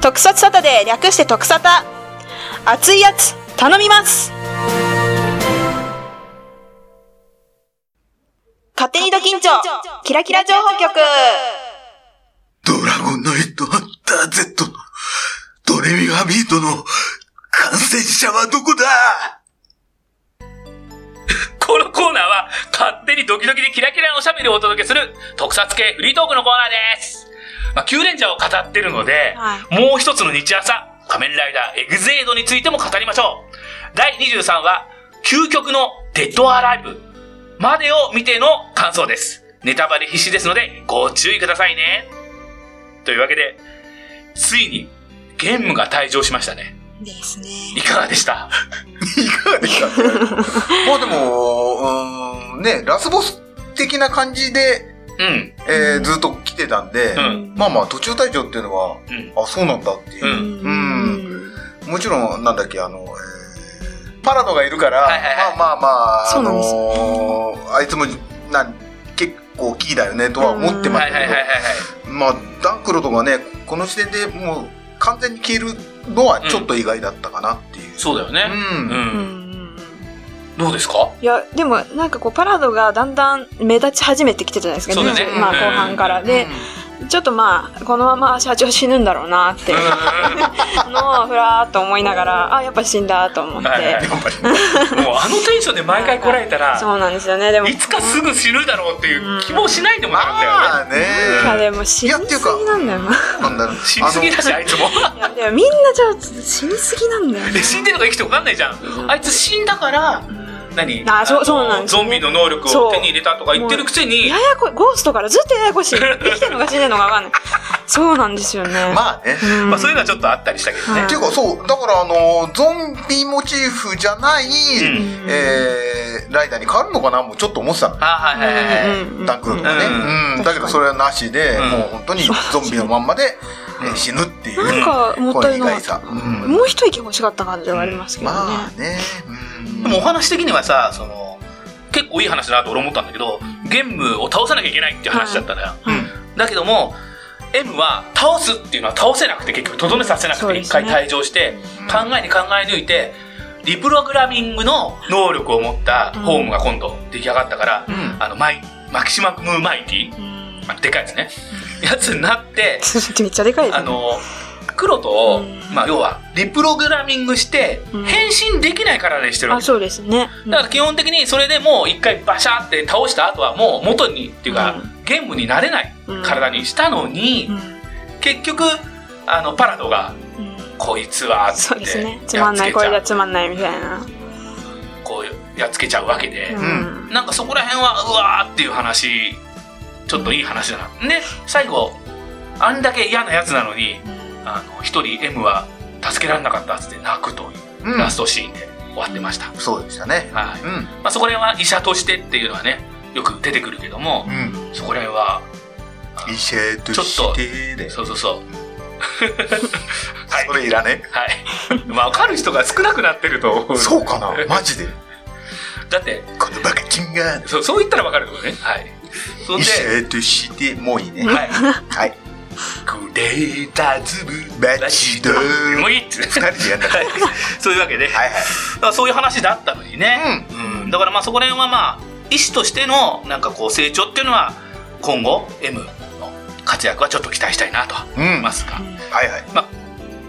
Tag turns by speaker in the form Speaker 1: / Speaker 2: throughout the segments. Speaker 1: 特撮サタデー略して特サタ熱いやつ頼みます勝手にド緊張キラキラ情報局
Speaker 2: ドラゴンナイトハンター Z のドレミファビートの感染者はどこだ
Speaker 3: このコーナーは勝手にドキドキでキラキラなおしゃべりをお届けする特撮系フリートークのコーナーです。まあ、キュレンジャーを語ってるので、
Speaker 1: は
Speaker 3: もう一つの日朝、仮面ライダーエグゼイドについても語りましょう。第23話、究極のデッドアライブまでを見ての感想です。ネタバレ必至ですので、ご注意くださいね。というわけで、ついに、ゲームが退場しましたね。
Speaker 1: ですね
Speaker 3: いかがでした
Speaker 2: いかがでしたかもうでも、うーん、ね、ラスボス的な感じで、
Speaker 3: うん。
Speaker 2: えー
Speaker 1: うん
Speaker 2: ずっと来てたんで、
Speaker 3: うん
Speaker 2: まあまあ途中退場っていうのは、
Speaker 3: うん。
Speaker 2: あ、そうなんだっていうう。
Speaker 3: ん
Speaker 2: んもちろん、なんだっけ、あの、えーパラドがいるから、
Speaker 3: はいはいはい
Speaker 2: まあまあまあ、
Speaker 1: そ
Speaker 2: あ
Speaker 1: うなんです
Speaker 2: のーあいつも、なん結構キーだよねとは思ってま
Speaker 3: は
Speaker 2: し
Speaker 3: い
Speaker 2: た
Speaker 3: は
Speaker 2: けど
Speaker 3: いはいはいはい、。
Speaker 2: まあ、ダンクロとかね、この時点でもう完全に消えるのはちょっと意外だったかなっていう。
Speaker 3: そうだよ
Speaker 2: う
Speaker 3: ね。
Speaker 2: ん。
Speaker 3: う。
Speaker 2: うん
Speaker 1: うんうんん
Speaker 3: どうですか
Speaker 1: いやでもなんかこうパラドがだんだん目立ち始めてきてたじゃないですか、
Speaker 3: そうだね
Speaker 1: 20まあ、
Speaker 3: うん
Speaker 1: 後半からで、ちょっとまあこのまま社長死ぬんだろうなっていうのをふらーっと思いながらあやっぱ死んだと思って、
Speaker 3: はいはい
Speaker 2: やっぱり。
Speaker 3: もうあのテンションで毎回来られたら、
Speaker 1: そうなんですよねでも
Speaker 3: いつかすぐ死ぬだろうっていう気もしないでもなかったよね。
Speaker 2: ま
Speaker 1: な
Speaker 2: あ
Speaker 1: んか
Speaker 2: ね。
Speaker 1: でも死にすぎなんだよな
Speaker 2: そうなんだろう
Speaker 3: 死にすぎだし、あいつ も。
Speaker 1: いやでもみんなじゃあ死にすぎなんだよね
Speaker 3: で死んでるのか生きてるか分かんないじゃん。あいつ死んだから、何
Speaker 1: あそう
Speaker 3: の
Speaker 1: そうなんですね
Speaker 3: ゾンビの能力を手に入れたとか言ってるくせに
Speaker 1: や、やこいゴーストからずっとややこしい生きてるのか死んでるのか分かんないそうなんですよ ね、
Speaker 2: あのまあね。
Speaker 1: うん
Speaker 3: まあそういうのはちょっとあったりしたけどね
Speaker 1: は
Speaker 2: っ。ていうか、そう、だからあの、ゾンビモチーフじゃない、
Speaker 3: うん
Speaker 2: えー、ライダーに変わるのかなもうちょっと思ってたの。
Speaker 3: あはいはいはいはい。
Speaker 1: うんうん
Speaker 2: ダンクロとかね。
Speaker 3: う
Speaker 2: うんん。だけどそれはなしで、
Speaker 3: うん
Speaker 2: もう本当にゾンビのまんまで、えー死ぬっていう。
Speaker 1: なんかもっ
Speaker 2: こ
Speaker 1: た
Speaker 2: れ
Speaker 1: い
Speaker 2: 意
Speaker 1: ない
Speaker 2: 外さ。うん
Speaker 1: もう一息欲しかった感じはありますけどね、
Speaker 2: まあね。うん
Speaker 3: でもお話的にはさ、その、結構いい話だなと俺思ったんだけど、ゲンムを倒さなきゃいけないっていう話だったのよ。
Speaker 1: はい
Speaker 3: だけども M は倒すっていうのは倒せなくて結局とどめさせなく
Speaker 1: そう
Speaker 3: て
Speaker 1: で
Speaker 3: 一
Speaker 1: すね
Speaker 3: 回退場して、
Speaker 2: うん
Speaker 3: 考えに考え抜いてリプログラミングの能力を持ったホームが今度出来上がったから、
Speaker 2: うん
Speaker 3: あのマイマキシマムマイティ
Speaker 1: うん
Speaker 3: あのでかいやつねやつになって
Speaker 1: めっちゃでかいです
Speaker 3: あ
Speaker 1: ね
Speaker 3: の黒とを、
Speaker 1: うん
Speaker 3: まあ、要はリプログラミングして
Speaker 1: うん
Speaker 3: 変身できない体にしてるわ
Speaker 1: あ
Speaker 3: け
Speaker 1: そうですね
Speaker 3: だから基本的にそれでもう一回バシャーって倒した後はもう元にっていうか、
Speaker 1: う
Speaker 3: ゲームになれない
Speaker 1: うん
Speaker 3: 体にしたのに、
Speaker 1: うん
Speaker 3: 結局あのパラドが
Speaker 1: うん
Speaker 3: 「こいつは」っつ
Speaker 1: そう
Speaker 3: っ
Speaker 1: です
Speaker 3: て
Speaker 1: ねつ
Speaker 3: や
Speaker 1: ま
Speaker 3: っ
Speaker 1: ん
Speaker 3: つ
Speaker 1: な
Speaker 3: け
Speaker 1: い
Speaker 3: ち
Speaker 1: これじ
Speaker 3: ゃ
Speaker 1: ゃ
Speaker 3: う
Speaker 1: つまんないみたいな
Speaker 3: こうやっつけちゃうわけで、
Speaker 1: うん
Speaker 3: なんかそこら辺はうわーっていう話ちょっといい話だな、で最後あんだけ嫌なやつなのにあの一人 M は助けられなかったっつって泣くという
Speaker 2: うん
Speaker 3: ラストシーンで終わってました、
Speaker 2: そうでしたね。
Speaker 3: はい
Speaker 2: うん。うん。
Speaker 3: まあ、そこら辺は医者としてっていうのはねよく出てくるけども、そこら辺は
Speaker 2: 医者としてで。
Speaker 3: そうそうそう
Speaker 2: それいらね。
Speaker 3: はい まあ分かる人が少なくなってると思う
Speaker 2: そうかなマジで。
Speaker 3: だって
Speaker 2: このバカチンが、
Speaker 3: そうそう言ったらわかると思うね。はい。そん
Speaker 2: 医
Speaker 3: で、
Speaker 2: 者として、もういいね。
Speaker 3: は
Speaker 2: はい。グレータズブバチド
Speaker 3: い。もう
Speaker 2: ーン。
Speaker 3: いいっつって。
Speaker 2: 二人でやった。は
Speaker 3: はいそういうわけで、
Speaker 2: いはい。
Speaker 3: まあそういう話だったのにね。
Speaker 2: うん
Speaker 3: だからまあそこら辺はまあ医師としてのなんかこう成長っていうのは今後 M の活躍はちょっと期待したいなと
Speaker 2: うん。
Speaker 3: 思いま
Speaker 2: はい
Speaker 3: すが、
Speaker 2: はい。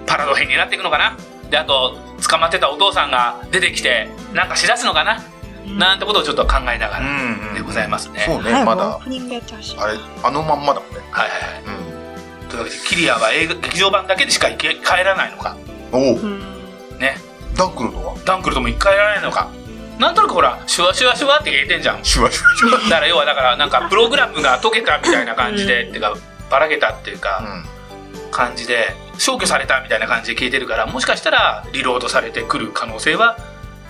Speaker 3: パラド編になっていくのかな。であと捕まってたお父さんが出てきてなんかしだすのかな、なんてことをちょっと考えながら
Speaker 2: ん
Speaker 3: でございますね。
Speaker 2: そう
Speaker 1: 早
Speaker 2: ね、
Speaker 1: く
Speaker 2: ま
Speaker 1: オ
Speaker 2: だ
Speaker 1: ー。プニングやってほしい
Speaker 2: あれ、あのまんまだもんね。
Speaker 3: はいはいはい。というわけでキリアは映画劇場版だけでしか行け帰らないのか
Speaker 2: うん。
Speaker 1: う
Speaker 2: おお。
Speaker 1: ん
Speaker 3: ね。
Speaker 2: ダンクルとは
Speaker 3: ダンクルとも一回やられないのかなんとなくほらシュワシュワシュワって言えてんじ ゃん
Speaker 2: シュワシュワシュ
Speaker 3: だから要はだからなんかプログラムが解けたみたいな感じで、
Speaker 1: うん
Speaker 3: ってかばらけたっていうか
Speaker 2: ワ。
Speaker 3: 感じで消去されたみたいな感じで聞いてるからもしかしたらリロードされてくる可能性は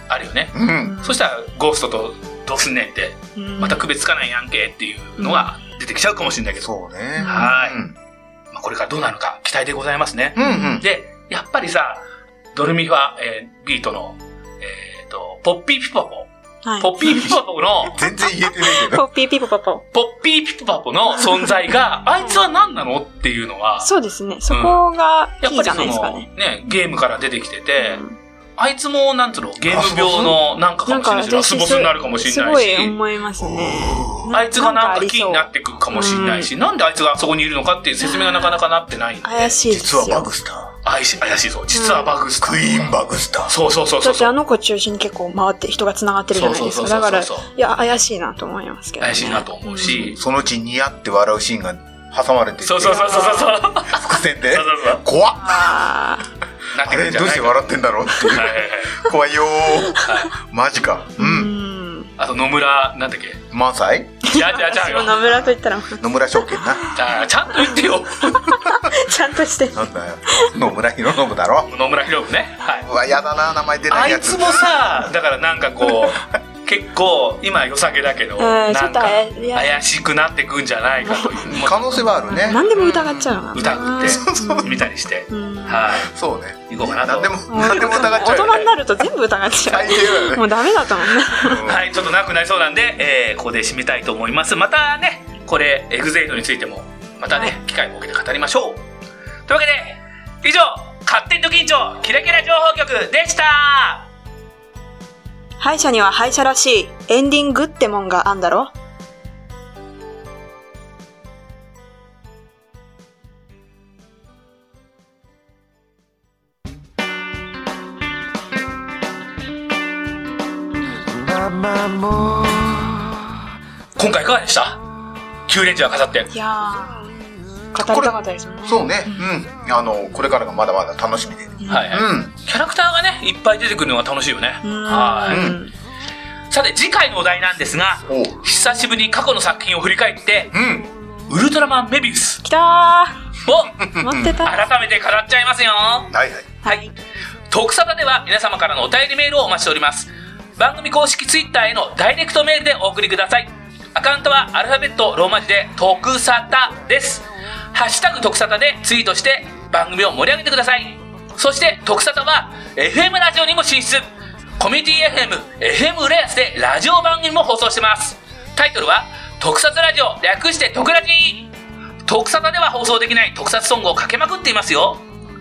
Speaker 3: あるよね、
Speaker 2: うん。うん。
Speaker 3: そしたらゴーストとどうすんねんって
Speaker 1: うん
Speaker 3: また区別つかないやんけっていうのが出てきちゃうかもしれないけど、
Speaker 2: そうね。
Speaker 3: はーい
Speaker 2: うん
Speaker 3: まあ、これからどうなるか期待でございますね、
Speaker 2: うんうん。
Speaker 3: でやっぱりさドルミファ、えービートのえっ、とポッピーピポポ
Speaker 1: はい
Speaker 3: ポッピーピポパ ポの、
Speaker 2: 全然言えてないけ
Speaker 1: ポ
Speaker 2: ど。
Speaker 1: ッピーピポパポ。
Speaker 3: ポッピーピポパポの存在が、あいつは何なのっていうのは、
Speaker 1: そうですね。そこがキ
Speaker 3: やっぱ
Speaker 1: ー
Speaker 3: り
Speaker 1: じゃない
Speaker 3: その、
Speaker 1: ですかね。
Speaker 3: ね、ゲームから出てきてて、
Speaker 1: うん
Speaker 3: あいつも、なんつうの、ゲーム病のなんかかもしれないし、
Speaker 1: なんか
Speaker 3: ラスボスになるかもし
Speaker 1: す
Speaker 3: れない
Speaker 1: ごい
Speaker 3: し、
Speaker 1: 思いますね。
Speaker 2: おー
Speaker 3: あいつがなん
Speaker 1: あ
Speaker 3: か
Speaker 1: り
Speaker 3: キー
Speaker 1: そう
Speaker 3: になってくかもしれないし、なんであいつがあそこにいるのかっていう説明がなかなかなってないんで、
Speaker 1: 怪しいです
Speaker 2: 実
Speaker 1: よ。
Speaker 2: はバグスター。
Speaker 3: 怪しい、怪しいぞ。実はバグスタ
Speaker 2: クイーンバグスター。
Speaker 3: そうそうそうそ
Speaker 1: だ
Speaker 3: う
Speaker 1: って
Speaker 3: そ
Speaker 1: あ
Speaker 3: う。
Speaker 1: の子中心に結構回って人が繋がってるじゃないですか。だから、い
Speaker 3: そうそうそうそう
Speaker 1: や、怪しいなと思いますけど、ね。
Speaker 3: 怪しいなと思うし、
Speaker 2: そのうちニヤって笑うシーンが挟まれていて
Speaker 3: そうそうそうそうそう。そうそう
Speaker 2: 伏線で
Speaker 3: そう。
Speaker 2: 怖っ
Speaker 1: あ
Speaker 3: なっ
Speaker 2: あ
Speaker 3: てくる
Speaker 2: れ
Speaker 3: んじゃ
Speaker 2: どう
Speaker 3: な
Speaker 2: し
Speaker 3: い
Speaker 2: て
Speaker 3: か
Speaker 2: 笑ってんだろうって
Speaker 3: は
Speaker 2: い
Speaker 3: い
Speaker 2: う
Speaker 3: はいはい
Speaker 2: 怖いよーマジか
Speaker 1: ー
Speaker 2: う
Speaker 1: うんん。
Speaker 3: あと野村、なんだっけ
Speaker 2: 満載
Speaker 3: じゃあじゃあじゃあ
Speaker 1: 私も
Speaker 3: よ。
Speaker 1: 野村と言ったら、
Speaker 2: 野村証券な
Speaker 3: じゃあちゃんと言ってよ。
Speaker 1: ちゃんとして。
Speaker 2: なんだよ野村弘信だろ。
Speaker 3: 野村博文ね。はいう
Speaker 2: わやだな名前出
Speaker 3: あ
Speaker 2: ない
Speaker 3: い
Speaker 2: や
Speaker 3: つ
Speaker 2: つ
Speaker 3: もさ、だからなんかこう、結構、今良さげだけど、
Speaker 1: ん
Speaker 3: なん
Speaker 1: ちょ
Speaker 3: か
Speaker 1: っと怪
Speaker 3: 怪しくなってくんじゃないかという。も
Speaker 2: 可能性はあるね
Speaker 1: 何でも疑っちゃうな。
Speaker 3: う疑
Speaker 1: う
Speaker 3: っ
Speaker 1: ん
Speaker 3: て、見たりして。
Speaker 1: うん
Speaker 3: はい。
Speaker 2: そうね
Speaker 3: 行こうかな
Speaker 2: 何
Speaker 3: と
Speaker 2: でも何でも疑っち
Speaker 1: 大
Speaker 2: ゃうよ
Speaker 1: 人に
Speaker 2: ね
Speaker 1: なると全部疑っちゃ
Speaker 2: 最低だ
Speaker 1: う。
Speaker 2: よ
Speaker 1: も
Speaker 2: ね
Speaker 1: うダメだと思うね。
Speaker 2: うん
Speaker 3: はい、ちょっとなくなりそうなんで、えーここで締めたいと思います。またね、これ、エグゼイドについても、またね、
Speaker 1: は
Speaker 3: 機会を設けて語りましょう。というわけで、以上、勝手にドキンチョキラキラ情報局でした
Speaker 1: 歯医者には歯医者らしいエンディングってもんがあんだろ
Speaker 3: 今回いかがでしたキュウレンジャー飾って。
Speaker 1: いやー、語りたかったですね。
Speaker 2: そうねうんあのこれからがまだまだ楽しみでうん
Speaker 3: はい、キャラクターがね、いっぱい出てくるのが楽しいよね。
Speaker 1: うん。
Speaker 3: は
Speaker 2: う
Speaker 3: い。さて、次回のお題なんですが、
Speaker 2: おう
Speaker 3: 久しぶりに過去の作品を振り返って、
Speaker 2: うん
Speaker 3: ウルトラマンメビウス
Speaker 1: 来た
Speaker 3: を
Speaker 1: ー待ってた。
Speaker 3: 改めて語っちゃいますよ。
Speaker 2: はいはい
Speaker 1: はい。
Speaker 3: 特サタでは皆様からのお便りメールをお待ちしております番組公式ツイッターへのダイレクトメールでお送りくださいアカウントはアルファベットローマ字で「特サタ」です「ハッシュタグ特サタ」でツイートして番組を盛り上げてくださいそして「特サタ」は FM ラジオにも進出コミュニティ FMFM レアスでラジオ番組も放送してますタイトルは「特撮ラジオ」略して「特ラジ」特撮では放送できない特撮ソングをかけまくっていますよ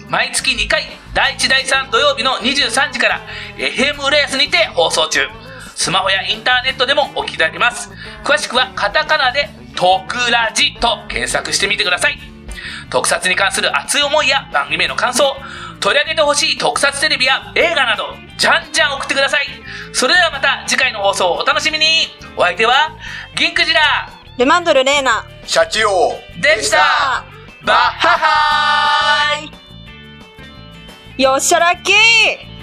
Speaker 3: 毎月2回第1第3土曜日の23時から FM レースにて放送中スマホやインターネットでもお聞きいただけます詳しくはカタカナで「トクラジ」と検索してみてください特撮に関する熱い思いや番組への感想取り上げてほしい特撮テレビや映画などじゃんじゃん送ってくださいそれではまた次回の放送をお楽しみにお相手は銀クジラ
Speaker 1: ルマンドル・レーナ。
Speaker 2: 社長
Speaker 3: でしたバッハハーイ
Speaker 1: よっしゃラッキー